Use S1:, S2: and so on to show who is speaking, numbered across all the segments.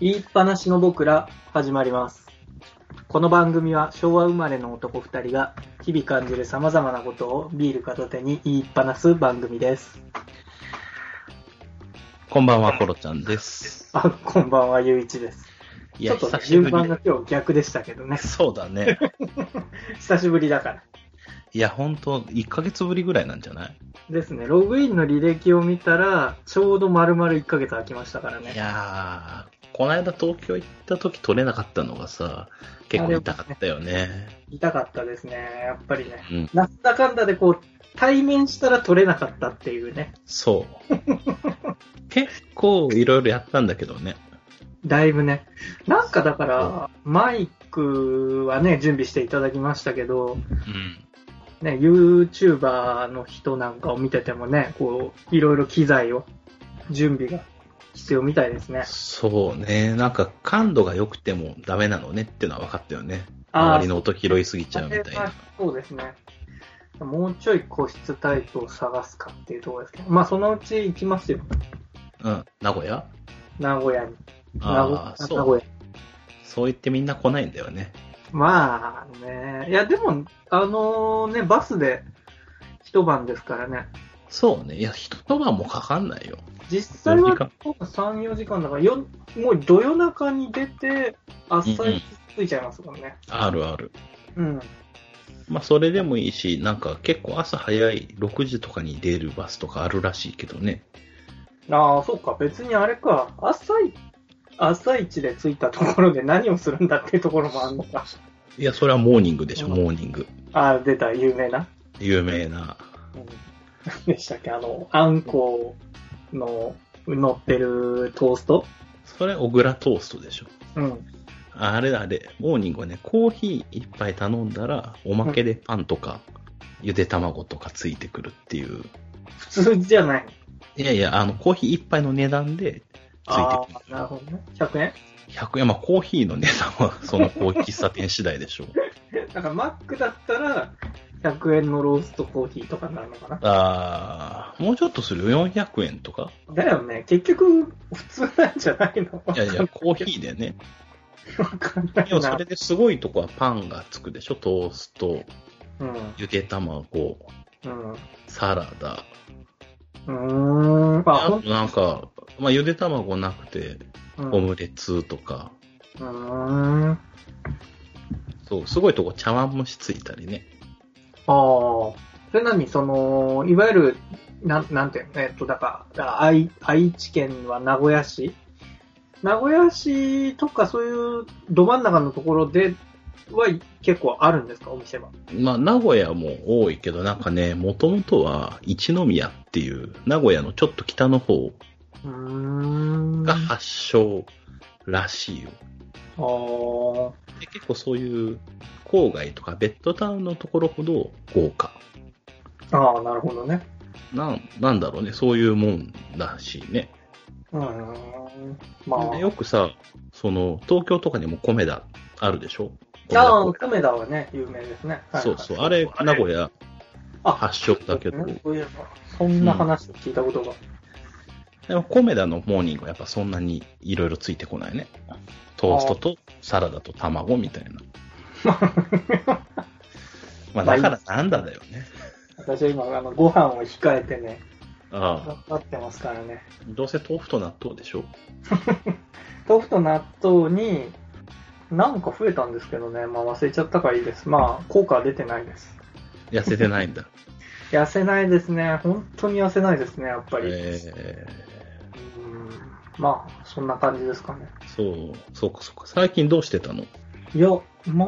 S1: 言いっぱなしの僕ら始まります。この番組は昭和生まれの男2人が日々感じる様々なことをビール片手に言いっぱなす番組です。
S2: こんばんは、コロちゃんです。
S1: あ、こんばんは、ゆういちです。
S2: い
S1: ちょっとね順番が今日逆でしたけどね。
S2: そうだね。
S1: 久しぶりだから。
S2: いや、ほんと、1ヶ月ぶりぐらいなんじゃない
S1: ですね、ログインの履歴を見たら、ちょうど丸々1ヶ月空きましたから
S2: い
S1: ね。
S2: やー、こないだ東京行った時取れなかったのがさ、結構痛かったよね。
S1: 痛かったですね、やっぱりね。
S2: うん、
S1: なんだかんだでこう、対面したら取れなかったっていうね。
S2: そう。結構いろいろやったんだけどね。
S1: だいぶね。なんかだから、マイクはね、準備していただきましたけど、
S2: うん。
S1: ね、YouTuber の人なんかを見ててもね、こう、いろいろ機材を、準備が必要みたいですね。
S2: そうね。なんか感度が良くてもダメなのねってのは分かったよね。
S1: あー
S2: 周りの音拾いすぎちゃうみたいな。
S1: そうですね。もうちょい個室タイプを探すかっていうところですけど、まあそのうち行きますよ。
S2: うん。名古屋
S1: 名古屋に。
S2: あ
S1: 名
S2: あ、
S1: 古名
S2: そう。
S1: 古屋。
S2: そう言ってみんな来ないんだよね。
S1: まあね。いやでも、あのね、バスで一晩ですからね。
S2: そうね。いや、一晩もかかんないよ。
S1: 実際は
S2: 何時間
S1: 3、4時間だから、よもうど夜中に出て、朝一ついちゃいますもんね。
S2: あるある。
S1: うん。
S2: まあ、それでもいいし、なんか結構朝早い6時とかに出るバスとかあるらしいけどね。
S1: ああ、そうか。別にあれか。朝い、朝一で着いたところで何をするんだっていうところもあるのか。
S2: いや、それはモーニングでしょ、
S1: うん
S2: モーニング。
S1: ああ、出た、有名な。
S2: 有名な。
S1: 何でしたっけあの、あんこの乗ってるトースト
S2: それ、小倉トーストでしょ。
S1: うん。
S2: あれあれ、モーニングはね、コーヒー一杯頼んだら、おまけでパンとか、ゆで卵とかついてくるっていう。
S1: 普通じゃない。
S2: いやいや、あの、コーヒー一杯の値段で、つ
S1: あ
S2: いてく
S1: あ、
S2: る
S1: なる。ほどね。100円
S2: 100円、まあ、コーヒーの値段は、そのコーヒー喫茶店次第でしょう。
S1: だからマックだったら、100円のローストコーヒーとかになるのかな。
S2: あー、もうちょっとするよ、400円とか
S1: だよね。結局、普通なんじゃないの
S2: いや いや、コーヒーでね。
S1: わかんない
S2: でもそ
S1: な
S2: れ。ですごいとこはパンがつくでしょトースト、
S1: うん。
S2: ゆで卵、サラダ。
S1: うん。うーん。あ、
S2: あ
S1: ほ
S2: と
S1: ん
S2: なんか、まあ、ゆで卵なくて、
S1: うん
S2: オムレツとか。
S1: うーん。あ
S2: そう、すごいとこ茶碗蒸しついたりね。
S1: あ。それなに、その、いわゆる、なん、なんていうのえっと、だから、愛、愛知県は名古屋市名古屋市とかそういうど真ん中のところでは結構あるんですかお店は。
S2: まあ、名古屋も多いけど、なんかね、もともとは一宮っていう、名古屋のちょっと北の方
S1: うーん。
S2: が発祥らしいよ。
S1: あー
S2: で結構そういう郊外とかベッドタウンのところほど豪華。
S1: あー、なるほどね。
S2: なん、なんだろうね、そういうもんだしね。
S1: うーん。まあ
S2: で。よくさ、その、東京とかにも米田あるでしょ
S1: ああ、
S2: 米田
S1: コメダはね、有名ですね。はい
S2: そうそう、あれ、名古屋
S1: あ
S2: 発祥だけど、
S1: そういえば、そんな話聞いたことが。
S2: でも米田のモーニングはやっぱそんなにいろいろついてこないね。トーストとサラダと卵みた いな。まあだからなんだだよね。
S1: 私は今、あの、ご飯を控えてね、
S2: ああ
S1: 頑張ってますからね。
S2: どうせ豆腐と納豆でしょ
S1: 豆腐と納豆に、なんか増えたんですけどね、まあ忘れちゃったからいいです。まあ、効果は出てないです。
S2: 痩せてないんだ。
S1: 痩せないですね。本当に痩せないですね、やっぱり。
S2: え
S1: うんまあ、そんな感じですかね。
S2: ー、そう、そうかそうか。最近どうしてたの
S1: いや、まあ、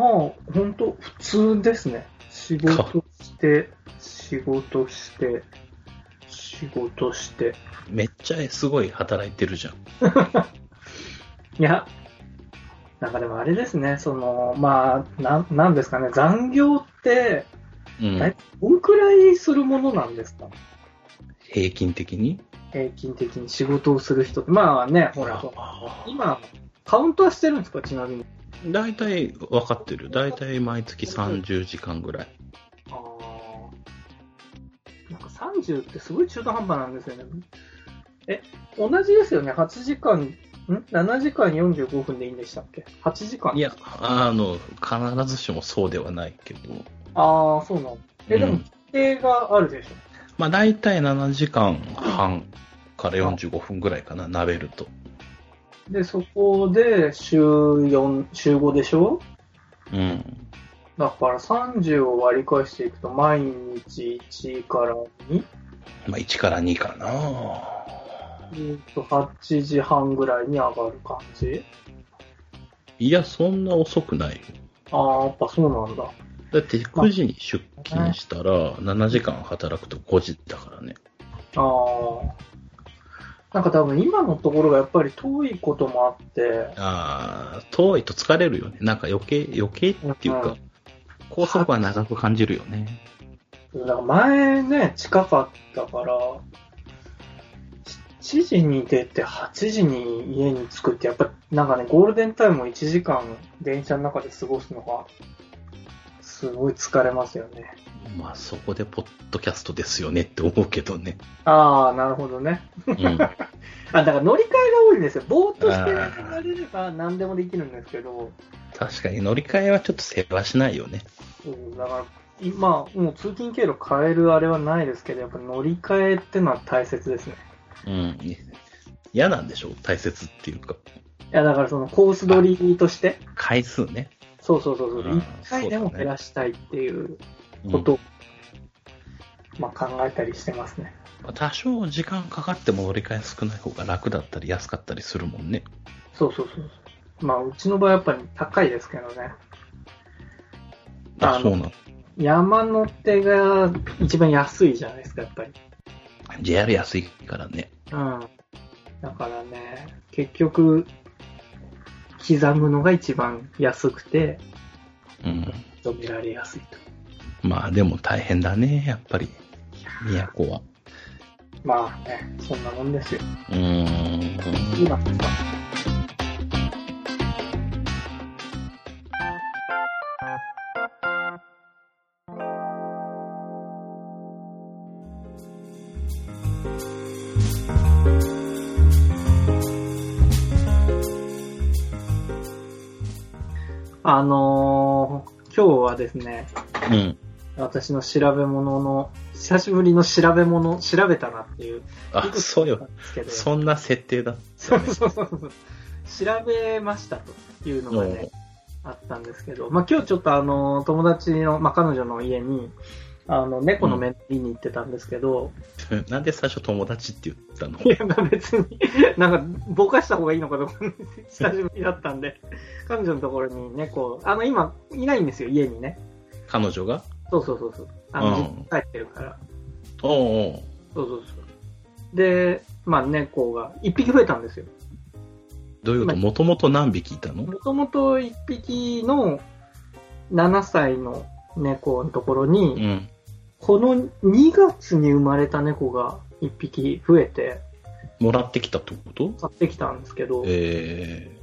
S1: 本当普通ですね。仕事して、仕事して、仕事して。
S2: めっちゃすごい働いてるじゃん。
S1: いや、なんかでもあれですね、その、まあ、なんなんですかね、残業って、
S2: うん
S1: 大。体どんくらいするものなんですか、
S2: 平均的に
S1: 平均的に仕事をする人って。まあね、ほら、そう
S2: あ
S1: 今、カウントはしてるんですか、ちなみに。
S2: 大体分かってる。大体毎月30時間ぐらい。
S1: 30ってすごい中途半端なんですよね。え、同じですよね。8時間、ん ?7 時間45分でいいんでしたっけ ?8 時間
S2: いや、あの、必ずしもそうではないけど、
S1: ああ、そうなの。え、でも、
S2: うん
S1: 規定があるでしょ。
S2: まあ大体7時間半から45分ぐらいかな、なべると。
S1: で、そこで、週4、週5でしょ
S2: うん。
S1: だから30を割り返していくと、毎日1から2、
S2: まあ1から2かな。
S1: えーと、8時半ぐらいに上がる感じ
S2: いや、そんな遅くないよ。
S1: ああ、やっぱそうなんだ。
S2: だって9時に出勤したら、7時間働くと5時だからね。
S1: ああ。なんか多分今のところがやっぱり遠いこともあって、
S2: ああ、遠いと疲れるよね。なんか余計、余計っていう
S1: う
S2: か
S1: ん、
S2: 高速は長く感じるよね。
S1: だから前ね、近かったから、7時に出て8時に家に着くって、やっぱなんかね、ゴールデンタイムを1時間電車の中で過ごすのが、すごい疲れますよね。
S2: まあそこでポッドキャストですよねって思うけどね。
S1: ああ、なるほどね。
S2: うん。
S1: あ、だから乗り換えが多いんですよ。ぼーっとして
S2: あー
S1: られれば何でもできるんですけど、
S2: 確かに乗り換えはちょっと世話しないよね。
S1: そうだから今、もう通勤経路変えるあれはないですけど、やっぱ乗り換えってのは大切ですね。
S2: うん。嫌なんでしょ大切っていうか。
S1: いや、だからそのコース取りとして、
S2: 回数ね。
S1: そうそうそうそう、
S2: うん
S1: 一回でも減らしたいっていう
S2: うん
S1: ことを、まあ考えたりしてますね。
S2: 多少時間かかっても乗り換え少ない方が楽だったり安かったりするもんね。
S1: そうそうそうそう。まあ、うちの場合やっぱり高いですけどね。
S2: あ
S1: あ、の
S2: そうなの。
S1: 山手が一番安いじゃないですか、やっぱり。
S2: JR 安いからね。
S1: うん。だからね、結局、刻むのが一番安くて、
S2: うん。
S1: 止められやすいと。
S2: まあでも大変だね、やっぱり。都は。
S1: まあね、そんなもんですよ。
S2: うーん。
S1: 今とか。あのー今日はですね、
S2: うん。
S1: 私の調べ物の、久しぶりの調べ物、調べたなっていう、
S2: あ、そうよ。
S1: ですけど、
S2: そんな設定だ った
S1: そう
S2: ね。
S1: そうそうそう。調べましたというのがね、あったんですけど、まあ今日ちょっとあの、友達の、まあ彼女の家に、あの、猫の面見に行ってたんですけど、
S2: うんなんで最初友達って言ったの
S1: いや、まあ別に、なんか、ぼかした方がいいのかとか、久しぶりだったんで、彼女のところに猫、あの、今、いないんですよ、家にね。
S2: 彼女が
S1: そうそうそうそう。あの、
S2: うん
S1: 実家帰ってるから。
S2: おうおう
S1: そうそうそう。で、まあ猫が一匹増えたんですよ。
S2: どういうこともともと何匹いたの
S1: もともと一匹の7歳の猫のところに、
S2: うん。
S1: この2月に生まれた猫が一匹増えて
S2: もらってきたってこと
S1: 買ってきたんですけど、
S2: ええ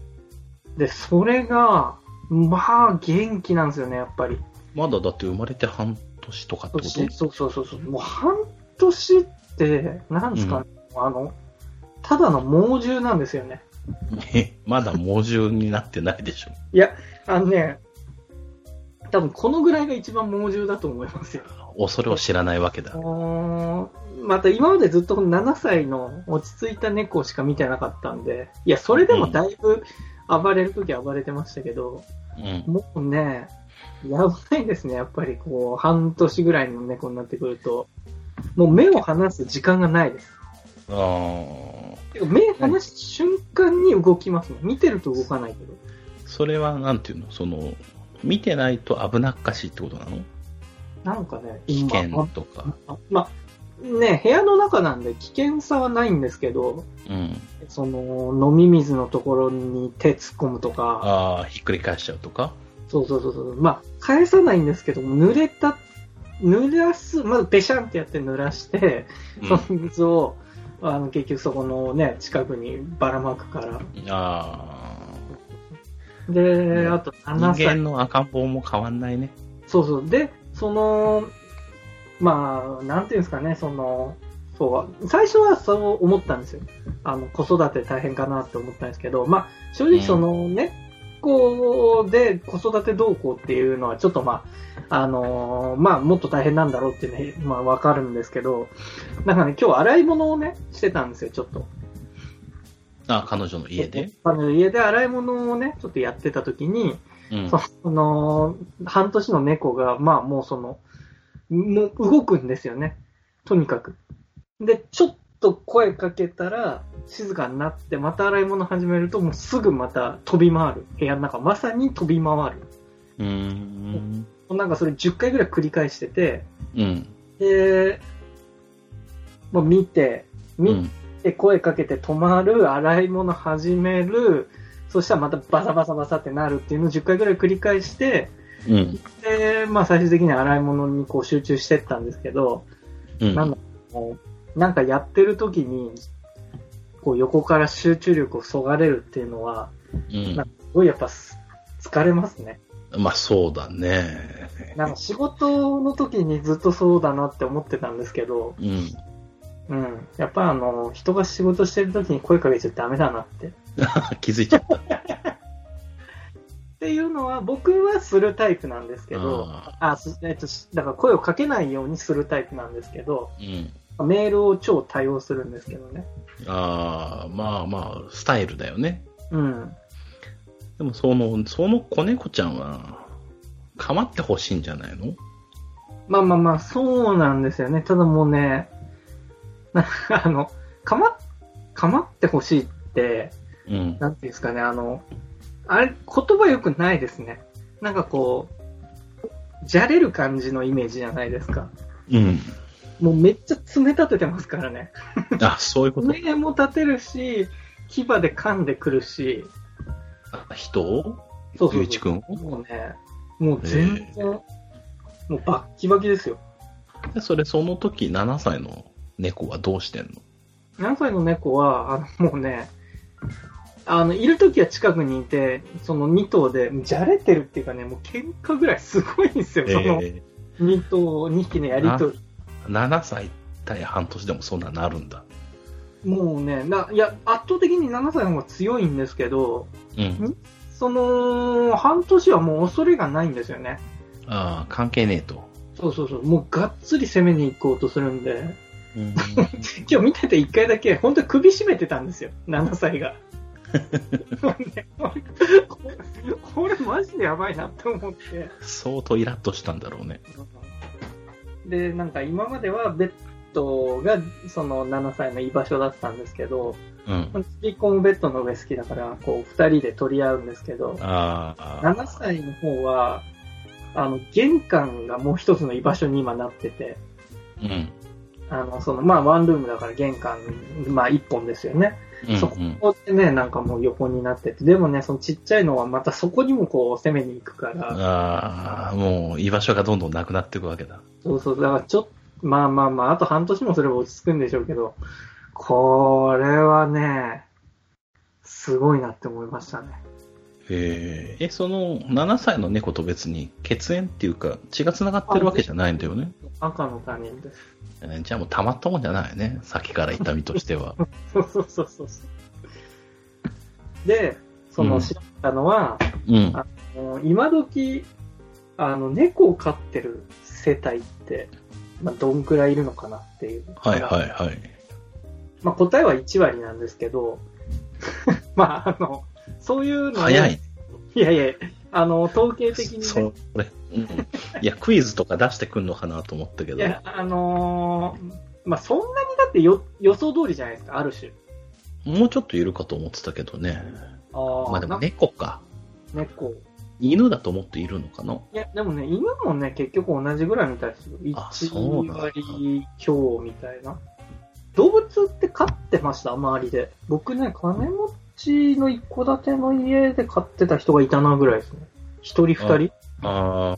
S1: で、それが、まあ元気なんですよね、やっぱり。
S2: まだだって生まれて半年とかってこと
S1: そうそうそうそう。もう半年って、なんですかね、あの、ただの猛獣なんですよね。
S2: えまだ猛獣になってないでしょ。
S1: いや、あのね、多分このぐらいが一番猛獣だと思いますよ。
S2: 恐れを知らないわけだ
S1: あ。のーまた今までずっとこの7歳の落ち着いた猫しか見てなかったんで、いや、それでもだいぶ暴れるとき暴れてましたけど、
S2: うん。
S1: もうね、やばいですね、やっぱりこう、半年ぐらいの猫になってくると、もう目を離す時間がないです。
S2: あー
S1: てか目離した瞬間に動きますもん。見てると動かないけど。
S2: それは、なんていうのその、見てないと危なっかしいってことなの
S1: なんかね、
S2: 危険
S1: ま
S2: とか。
S1: あ、まあ、ね、部屋の中なんで危険さはないんですけど、
S2: うん。
S1: その、飲み水のところに手突っ込むとか、
S2: ああ、ひっくり返しちゃうとか。
S1: そうそうそうそう。まあ、返さないんですけど、濡れた、濡らす、まずペシャンってやって濡らして、
S2: うん
S1: その水を、あの、結局そこのね、近くにばらまくから。
S2: あ
S1: で、
S2: ね
S1: あと7
S2: あ。人
S1: 歳。
S2: 間の赤ん坊も変わんないね。
S1: そうそう。で、その、まあ、なんていうんですかね、その、そう、最初はそう思ったんですよ。あの、子育て大変かなって思ったんですけど、まあ、正直そのね、こうで子育て動向っていうのはちょっとまあ、あのーまあもっと大変なんだろうってね、まあわかるんですけど、なんかね、今日洗い物をね、してたんですよ、ちょっと。
S2: あ、彼女の家で。
S1: あの家で洗い物をね、ちょっとやってた時に、
S2: うん。
S1: その、半年の猫が、まあもうその、もう動くんですよね。とにかく。で、ちょっと声かけたら、静かになって、また洗い物始めると、もうすぐまた飛び回る。部屋の中、まさに飛び回る。
S2: うーん。
S1: もうなんかそれ10回ぐらい繰り返してて、
S2: うん。
S1: で、もう見て、
S2: う
S1: 見
S2: ん。
S1: て声かけて止まる、洗い物始める、そしたらまたバサバサバサってなるっていうのを10回ぐらい繰り返して、
S2: うん。
S1: で、まあ最終的には洗い物にこう集中してったんですけど、
S2: うん。
S1: なんだろうなんかやってる時に、こう横から集中力をそがれるっていうのは、
S2: うん
S1: なんかすごいやっぱす疲れますね。
S2: まあそうだね。
S1: なんか仕事の時にずっとそうだなって思ってたんですけど、
S2: うん。
S1: うん。やっぱあの、人が仕事してる時に声かけちゃダメだなって。っ
S2: 気づいちゃった。
S1: ていうのは僕はするタイプなんですけど、
S2: あ
S1: あ、すえっと、しだから声をかけないようにするタイプなんですけど、
S2: ーうん。
S1: メールを超対応するんですけどね。
S2: ああ、まあまあ、スタイルだよね。
S1: うん。
S2: でもその、その子猫ちゃんは、構ってほしいんじゃないの
S1: まあまあまあ、そうなんですよね。ただもうね、 なんかあの、かま、かまってほしいって、
S2: うん。
S1: なんていうんですかね、あの、あれ、言葉良くないですね。なんかこう、じゃれる感じのイメージじゃないですか。
S2: うん。
S1: もうめっちゃ爪立ててますからね。
S2: あ、そういうこと。
S1: 爪も立てるし、牙で噛んでくるし、
S2: 人
S1: そ
S2: を
S1: うそうそう
S2: ゆういちくんを
S1: もうね、もう全然、もうバッキバキですよ。
S2: でそれ、その時7歳の猫はどうしてんの
S1: 7歳の猫は、あの、もうね、あの、いる時は近くにいて、その2頭で、じゃれてるっていうかね、もう喧嘩ぐらいすごいんですよ、その
S2: え
S1: 2頭、2匹のやりとり。
S2: ー、7歳対半年でもそんななるんだ。
S1: もうね、な、いや、圧倒的に7歳の方が強いんですけど、
S2: うん。
S1: その、半年はもう恐れがないんですよね。
S2: ああ、関係ねえと。
S1: そうそうそう、もうがっつり攻めに行こうとするんで、
S2: うん。
S1: 今日見てて1回だけ、本当に首絞めてたんですよ、7歳が。もうね俺これマジでやばいなって思って。
S2: 相当イラッとしたんだろうね。
S1: で、なんか今まではベッドがその7歳の居場所だったんですけど、
S2: うん。
S1: ちっ子もベッドの上好きだから、こう2人で取り合うんですけど、
S2: ああ。
S1: 7歳の方は、あの、玄関がもう一つの居場所に今なってて、
S2: うん。
S1: あの、その、まあワンルームだから玄関、まあ1本ですよね。
S2: うん。
S1: そこでね、なんかもう横になってて、でもね、そのちっちゃいのはまたそこにもこう攻めに行くから、
S2: ああ、もう居場所がどんどんなくなっていくわけだ。
S1: そうそう、だからちょっと、まあまあまあ、あと半年もすれば落ち着くんでしょうけど、これはね、すごいなって思いましたね。
S2: へえ、えその7歳の猫と別に血縁っていうか血が繋がってるわけじゃないんだよね。
S1: 赤の他人です。
S2: えーじゃあもうたまったもんじゃないよね。先から痛みとし ては。
S1: そうそうそうそうそう。で、その知ったのは、
S2: うん。
S1: もう今時、あの、猫を飼ってる世帯って、まあ、どんくらいいるのかなっていう。
S2: はいはいはい。
S1: まあ、答えは1割なんですけ ど、まあ、あの、そういうのを
S2: 早い。
S1: いやいや、あの、統計的にね、
S2: それ、うん。いや、クイズとか出してくんのかなと思ったけ
S1: い
S2: ど。
S1: や、あのーまあ、そんなにだってよ予想通りじゃないですか、ある種。
S2: もうちょっといるかと思ってたけどね。
S1: あ
S2: まあでも
S1: ね。
S2: 猫か。
S1: 猫。
S2: 犬だと思っているのかな。
S1: いや、でもね、犬もね、結局同じぐらいみたいですよ。
S2: あそう
S1: 1
S2: なんだ
S1: 割強みたいな。動物って飼ってました、周りで。僕ね、金持ちの一戸建ての家で飼ってた人がいたなぐらいですね。一人二人
S2: あーあの、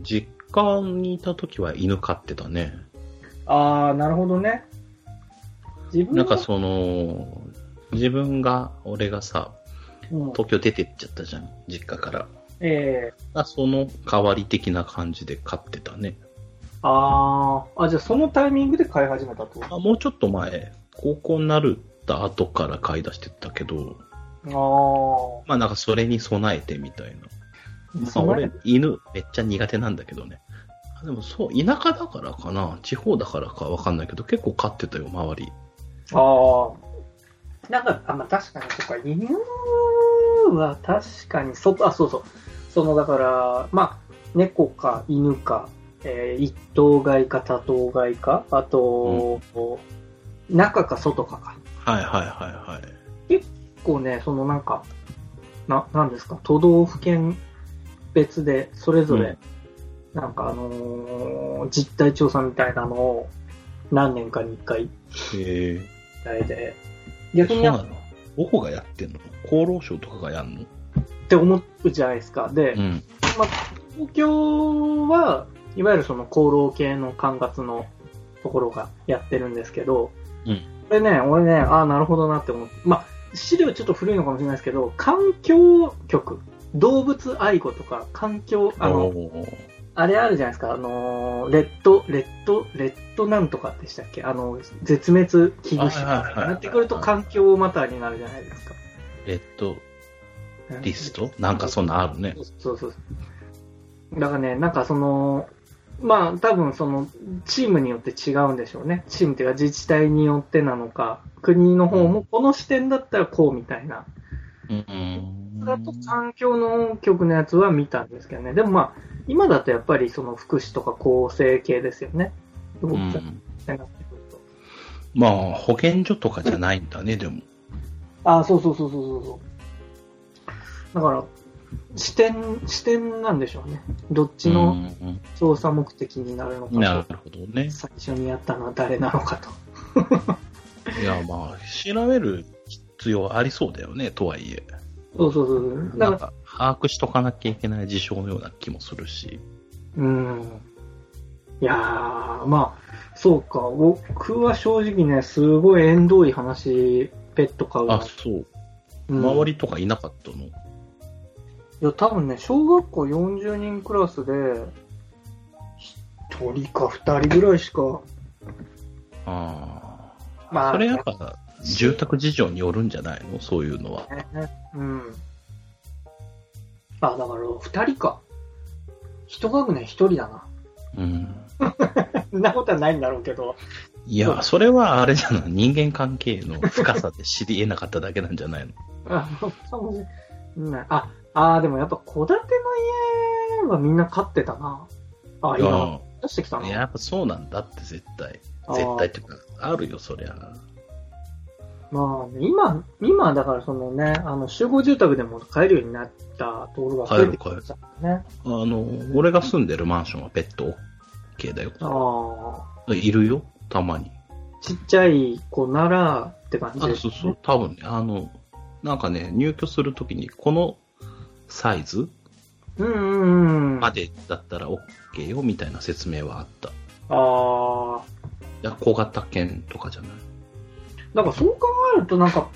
S2: 実家にいた時は犬飼ってたね。
S1: ああ、なるほどね。自分の
S2: なんかその、自分が、俺がさ、
S1: うん
S2: 東京出てっちゃったじゃん、実家から。
S1: ええ
S2: あその代わり的な感じで飼ってたね。
S1: あーあ、じゃあそのタイミングで買い始めたってこと
S2: あもうちょっと前、高校になるった後から買い出してったけど、
S1: あ
S2: まあなんかそれに備えてみたいな。
S1: あ。
S2: まあ俺、犬めっちゃ苦手なんだけどね。あでもそう、田舎だからかな、地方だからかわかんないけど、結構飼ってたよ、周り。
S1: ああ。なんか、あ、まあ確かに、そっか、犬は確かに、そ、あ、そうそう。その、だから、まあ、猫か犬か、えー一頭飼いか多頭飼いか、あと、中か外かか。
S2: はいはいはいはい。
S1: 結構ね、そのなんか、な、なんですか、都道府県別で、それぞれ、なんかあのー実態調査みたいなのを、何年かに一回、
S2: へえ。
S1: えで、
S2: え
S1: 逆
S2: そう
S1: にな
S2: なん
S1: か
S2: のどこがやってんの厚労省とかがやんの
S1: って思うじゃないですか。で、
S2: うん。
S1: まあ、東京は、いわゆるその厚労系の管轄のところがやってるんですけど、
S2: うん
S1: これね、俺ね、ああ、なるほどなって思って、まあ、資料ちょっと古いのかもしれないですけど、環境局、動物愛護とか、環境、あの、
S2: おー
S1: あれあるじゃないですか、あのー、レッド、レッド、レッドなんとかでしたっけあの、絶滅危惧種
S2: はいはいはいはい
S1: なってくると環境マターになるじゃないですか。
S2: レッドリストなんかそんなあるね。
S1: そうそうそう。だからね、なんかその、まあ多分その、チームによって違うんでしょうね。チームっていうか自治体によってなのか、国の方もこの視点だったらこうみたいな。
S2: うん。
S1: だと環境の局のやつは見たんですけどね。でもまあ、今だとやっぱりその福祉とか構成系ですよね。動
S2: う
S1: 物園
S2: ん。
S1: みたいになってくると
S2: まあ、保健所とかじゃないんだね、でも。
S1: あ、そうそうそうそうそうそう。だから、視点、視点なんでしょうね。どっち
S2: う
S1: の
S2: ん
S1: 調査目的になるのか
S2: うんなるほどね。
S1: 最初にやったのは誰なのかと。
S2: いや、まあ、調べる必要ありそうだよね、とはいえ。
S1: そうそうそうそう。だ
S2: な
S1: か
S2: ん
S1: ら、
S2: か、把握しとかなきゃいけない事象のような気もするし。
S1: うん。いやー、まあ、そうか。僕は正直ね、すごい縁遠い話、ペット飼うの
S2: あ、そう。
S1: うん
S2: 周りとかいなかったの。
S1: いや、多分ね、小学校40人クラスで、1人か2人ぐらいしか、
S2: あ
S1: ま
S2: あ。
S1: あ、
S2: それやっぱ、住宅事情によるんじゃないのそういうのは。
S1: ね。うん。あ、だから、2人か。一学年1人だな。
S2: うん。
S1: そんなことはないんだろうけど。
S2: いや、それはあれじゃない。 人間関係の深さで知り得なかっただけなんじゃないの
S1: あのかもしれない。あ、あーでもやっぱ戸建ての家はみんな飼ってたな。あ、いいな。
S2: う
S1: 出してきた
S2: ん
S1: な。
S2: いややっぱそうなんだって、絶対。
S1: あー
S2: 絶対っていうか、あるよ、そりゃ。
S1: まあ、今、今だからそのね、あの、集合住宅でも飼えるようになったところが増えてきたね。
S2: あの、俺が住んでるマンションはペット OK だよ。
S1: ああ
S2: いるよ、たまに。
S1: ー、ちっちゃい子ならって感じ
S2: あ
S1: です、
S2: そうそう、多分ね、あの、なんかね、入居するときに、このサイズ
S1: うんうんうん。
S2: ま
S1: あ
S2: でだったら OK よ、みたいな説明はあった。い
S1: あ
S2: や、小型犬とかじゃない。
S1: ー、だからそう考えるとなんか、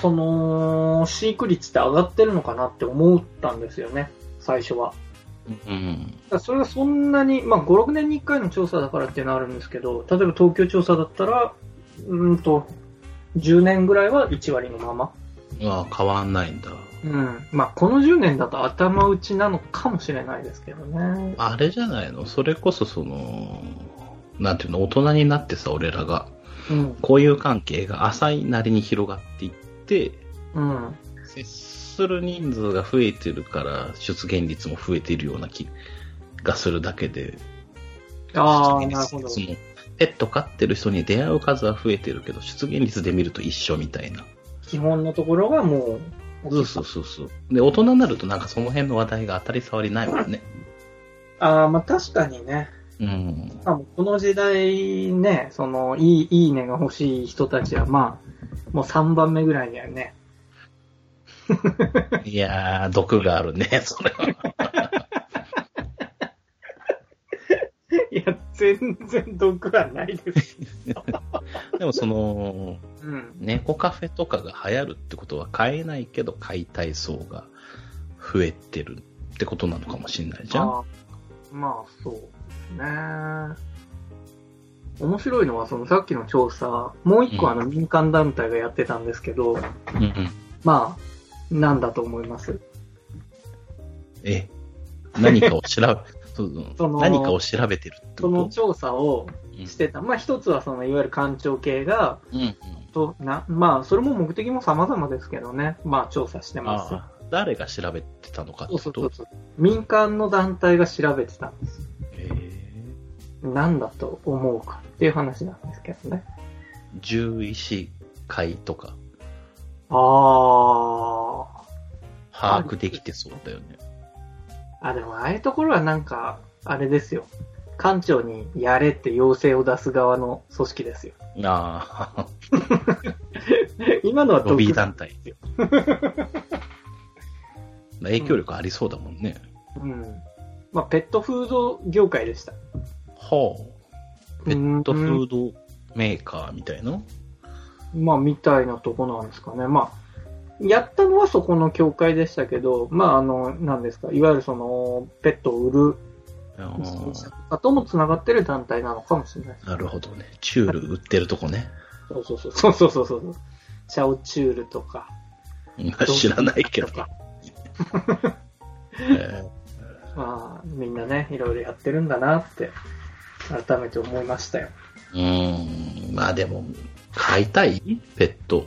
S1: その、飼育率って上がってるのかなって思ったんですよね、最初は。
S2: う
S1: だ
S2: ん。
S1: からそれがそんなに、まあ、5、6年に1回の調査だからっていうのはあるんですけど、例えば東京調査だったら、うーんと、10年ぐらいは1割のまま。
S2: ああ、変わんないんだ。
S1: うん。まあ、この10年だと頭打ちなのかもしれないですけどね。
S2: あれじゃないのそれこそその、なんていうの、大人になってさ、俺らが、
S1: うん。
S2: こういう関係が浅いなりに広がっていって、
S1: うん。
S2: 接する人数が増えてるから、出現率も増えているような気がするだけで、
S1: ああ、
S2: 出現
S1: なる
S2: 率
S1: ほど。
S2: そのペット飼ってる人に出会う数は増えてるけど、出現率で見ると一緒みたいな。
S1: 基本のところがもう、
S2: そうそうそうそう。で、大人になるとなんかその辺の話題が当たり障りないもんね。
S1: ああ、まあ確かにね。
S2: うん。
S1: まあ、この時代ね、その、いい、いいねが欲しい人たちは、まあ、もう3番目ぐらいにはね、
S2: いやー、毒があるね、 それは。
S1: いや、全然毒はない です。
S2: でもその、
S1: うん。
S2: 猫カフェとかが流行るってことは買えないけど、買いたい層が増えてるってことなのかもしれないじゃん。
S1: あーまあ、そうですね。面白いのは、そのさっきの調査、もう一個あの民間団体がやってたんですけど、
S2: うんうん。
S1: まあ、なんだと思います
S2: え、何かを 調べ、そう
S1: その
S2: 何かを調べてるって
S1: その
S2: こ
S1: 調査を
S2: と
S1: してた。まあ、一つはその、いわゆる官庁系が、
S2: うんうん。
S1: となまあ、それも目的も様々ですけどね、まあ、調査してま
S2: あ
S1: す。
S2: あ、誰が調べてたのかって
S1: そう
S2: こ
S1: そう
S2: と
S1: そうそう。民間の団体が調べてた。
S2: えー
S1: なんだと思うかっていう話なんですけどね。
S2: 獣医師会とか、
S1: あー。
S2: 把握できてそうだよね。
S1: あ、でもああいうところはなんか、あれですよ。館長にやれって要請を出す側の組織ですよ。
S2: ああ、
S1: 今のは
S2: ロビー
S1: だ。
S2: 団体。影響力ありそうだもんね。
S1: うん。まあ、ペットフード業界でした。
S2: はあ、ペットフ
S1: うん
S2: ードメーカーみたいな
S1: まあ、みたいなとこなんですかね。まあ、やったのはそこの協会でしたけど、まあ、あの、なんですか、いわゆるその、ペットを売る、
S2: あ
S1: そうした
S2: ー
S1: 方とも繋がってる団体なのかもしれないです。
S2: なるほどね。チュール売ってるとこね。
S1: そうそうそうそうそうそうそう。チャオチュールとか。
S2: うん 知らないけど
S1: と。か。
S2: えー
S1: まあ、みんなね、いろいろやってるんだなって、改めて思いましたよ。
S2: うーん、まあでも、飼いたいペット。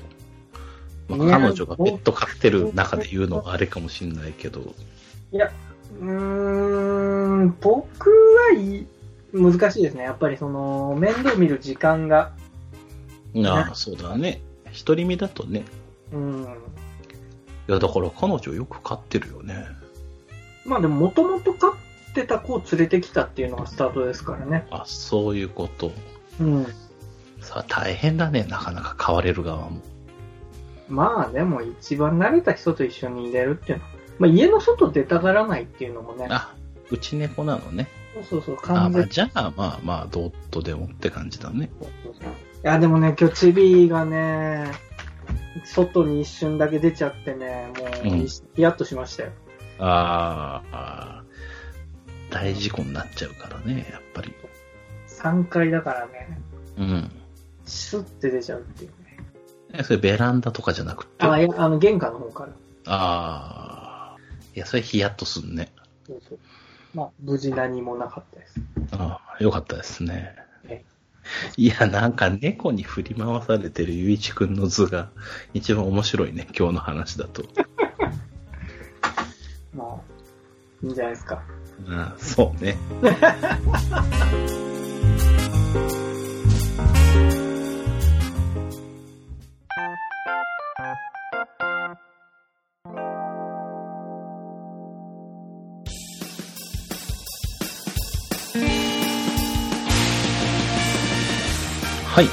S2: ま
S1: ね
S2: あ、彼女がペット飼ってる中で言うのはあれかもしれないけど、
S1: いや、うーん、僕はいい、難しいですね。やっぱりその、面倒見る時間が、
S2: ああ、そうだね。独り身だとね。
S1: うん。
S2: いや、だから彼女よく飼ってるよね。
S1: まあでも、もともと飼ってた子を連れてきたっていうのがスタートですからね。
S2: あ、そういうこと。
S1: うん。
S2: さあ、大変だね。なかなか飼われる側も。
S1: まあでも、一番慣れた人と一緒にいれるっていうのは、まあ家の外出たがらないっていうのもね、
S2: あ、うち猫なのね。
S1: そうそうそう、
S2: あ
S1: 完
S2: ま
S1: 全
S2: あ、じゃあ、まあまあ、どうとでもって感じだね。
S1: いや、でもね、今日チビがね、外に一瞬だけ出ちゃってね、も
S2: うん
S1: う、ヒヤッとしましたよ。
S2: あーあー、大事故になっちゃうからね、やっぱり。
S1: 3階だからね、
S2: うん。
S1: シュッて出ちゃうっていうね。
S2: えそれベランダとかじゃなくて。
S1: あ、いや、あの、玄関の方から。
S2: ああ。いや、それヒヤッとすんね。
S1: そうそう。まあ、無事何もなかったです。
S2: ああ、よかったですね
S1: え。
S2: いや、なんか猫に振り回されてるゆいちくんの図が一番面白いね、今日の話だと。
S1: まあ、いいんじゃないですか。
S2: ああ、そうね。はい。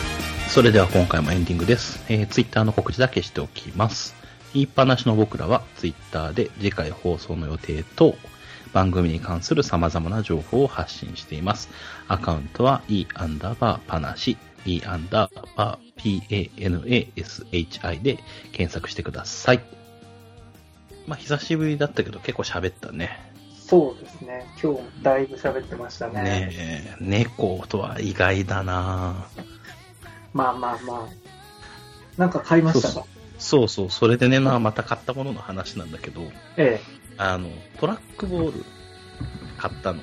S2: それでは今回もエンディングです。えー、ツイッターの告知だけしておきます。言いっぱなしの僕らはツイッターで次回放送の予定と番組に関する様々な情報を発信しています。アカウントは e アンダーバーパナシ e アンダーバー panashi で検索してください。まあ、久しぶりだったけど結構喋ったね。
S1: そうですね。今日、だいぶ喋ってましたね。
S2: ねえ、猫とは意外だな
S1: まあまあまあ。なんか買いました
S2: そう
S1: か
S2: そうそう、それでね、まあまた買ったものの話なんだけど、
S1: え
S2: あの、トラックボール買ったの。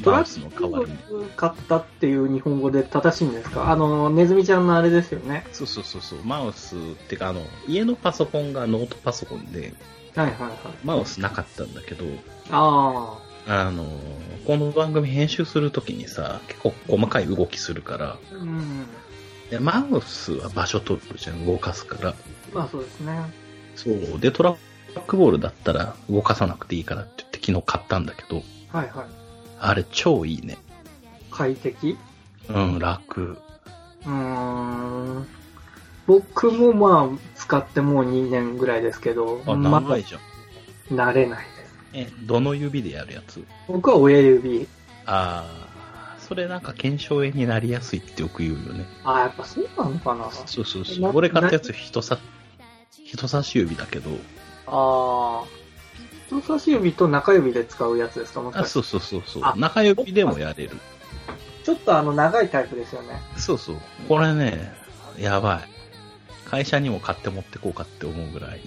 S1: え。ト
S2: マ
S1: ラ
S2: ウスの代わりに
S1: ッ。ク買ったっていう日本語で正しいんですかあの、ネズミちゃんのあれですよね。
S2: そうそうそうそう、マウスってか、あの、家のパソコンがノートパソコンで、
S1: はいはいはい。
S2: マウスなかったんだけど、
S1: あ
S2: あの、この番組編集するときにさ、結構細かい動きするから、
S1: あ、うん。
S2: でマウスは場所取るじゃん、動かすから。
S1: まあそうですね。
S2: そう。で、トラックボールだったら動かさなくていいからって言って昨日買ったんだけど、
S1: はいはい。
S2: あれ超いいね。
S1: 快適
S2: うん、楽。
S1: うーん。僕もまあ、使ってもう2年ぐらいですけど、
S2: あ、
S1: ま
S2: 長いじゃん。
S1: あ、慣れないです。
S2: え、どの指でやるやつ
S1: 僕は親指。
S2: あー、それなんか検証炎になりやすいってよく言うよね。
S1: ああ、やっぱそうなのかな。
S2: そうそうそ
S1: な
S2: う。俺買ったやつ人さ、人差し指だけど、
S1: ああ。人差し指と中指で使うやつですかもし
S2: あ
S1: かして
S2: そうそうそうそ
S1: あ
S2: う。中指でもやれる。
S1: ちょっとあの長いタイプですよね。
S2: そうそう。これね、やばい。会社にも買って持ってこうかって思うぐらい。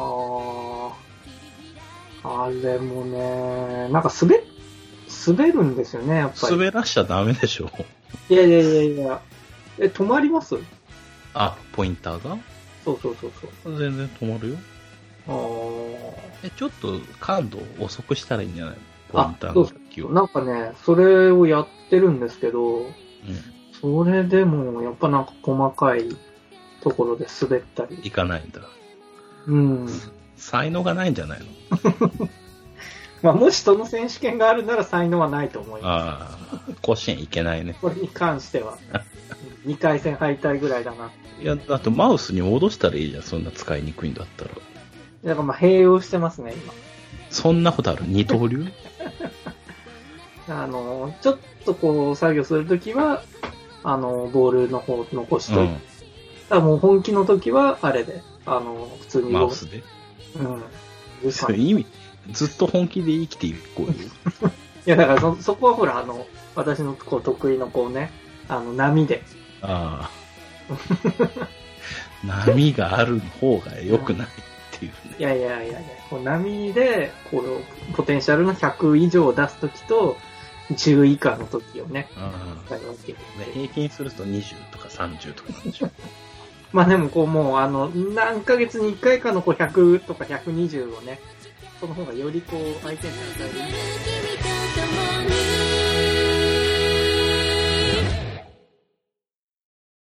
S1: ああ。あれもね、なんか滑、滑るんですよね、やっぱり。
S2: 滑らしちゃダメでしょ。
S1: いやいやいやいや。え、止まります
S2: あ、ポインターが
S1: そうそうそうそう。
S2: 全然止まるよ。
S1: あ
S2: え、ちょっと感度遅くしたらいいんじゃないポインター
S1: あそ
S2: の
S1: う
S2: 復帰を。
S1: あ。なんかね、それをやってるんですけど、
S2: うん
S1: それでもやっぱなんか細かいところで滑ったり。
S2: いかないんだ。
S1: うん。
S2: 才能がないんじゃないの
S1: まあもしその選手権があるなら才能はないと思います。
S2: ああ、 甲子園いけないね。
S1: これに関しては。2回戦敗退ぐらいだな。
S2: いや、だってマウスに戻したらいいじゃん、そんな使いにくいんだったら。
S1: だからまあ併用してますね、今。
S2: そんなことある二刀流
S1: あの、ちょっとこう、作業するときは、あの、ボールの方残し
S2: う
S1: といて、
S2: ん。
S1: あもう本気のときは、あれで、あの、普通に
S2: マ
S1: 動
S2: ウ
S1: く。
S2: スで。
S1: うん。
S2: そう いう意味、ずっと本気で生きていこうよ。
S1: いや、だからそ、そこはほら、あの、私のこう得意のこうね、あの、波で。
S2: ああ。 波がある方が良くないっていうね。
S1: いやいやいやいや、こう波で、こう、ポテンシャルの100以上を出すときと、10以下のときをね、
S2: あ
S1: 使い分ける
S2: あ。ね平均すると20とか30とかなんでしょ。
S1: まあでもこうもうあの何ヶ月に1回かのこう100とか120をねその方がよりこう相手に与える
S3: 君と共に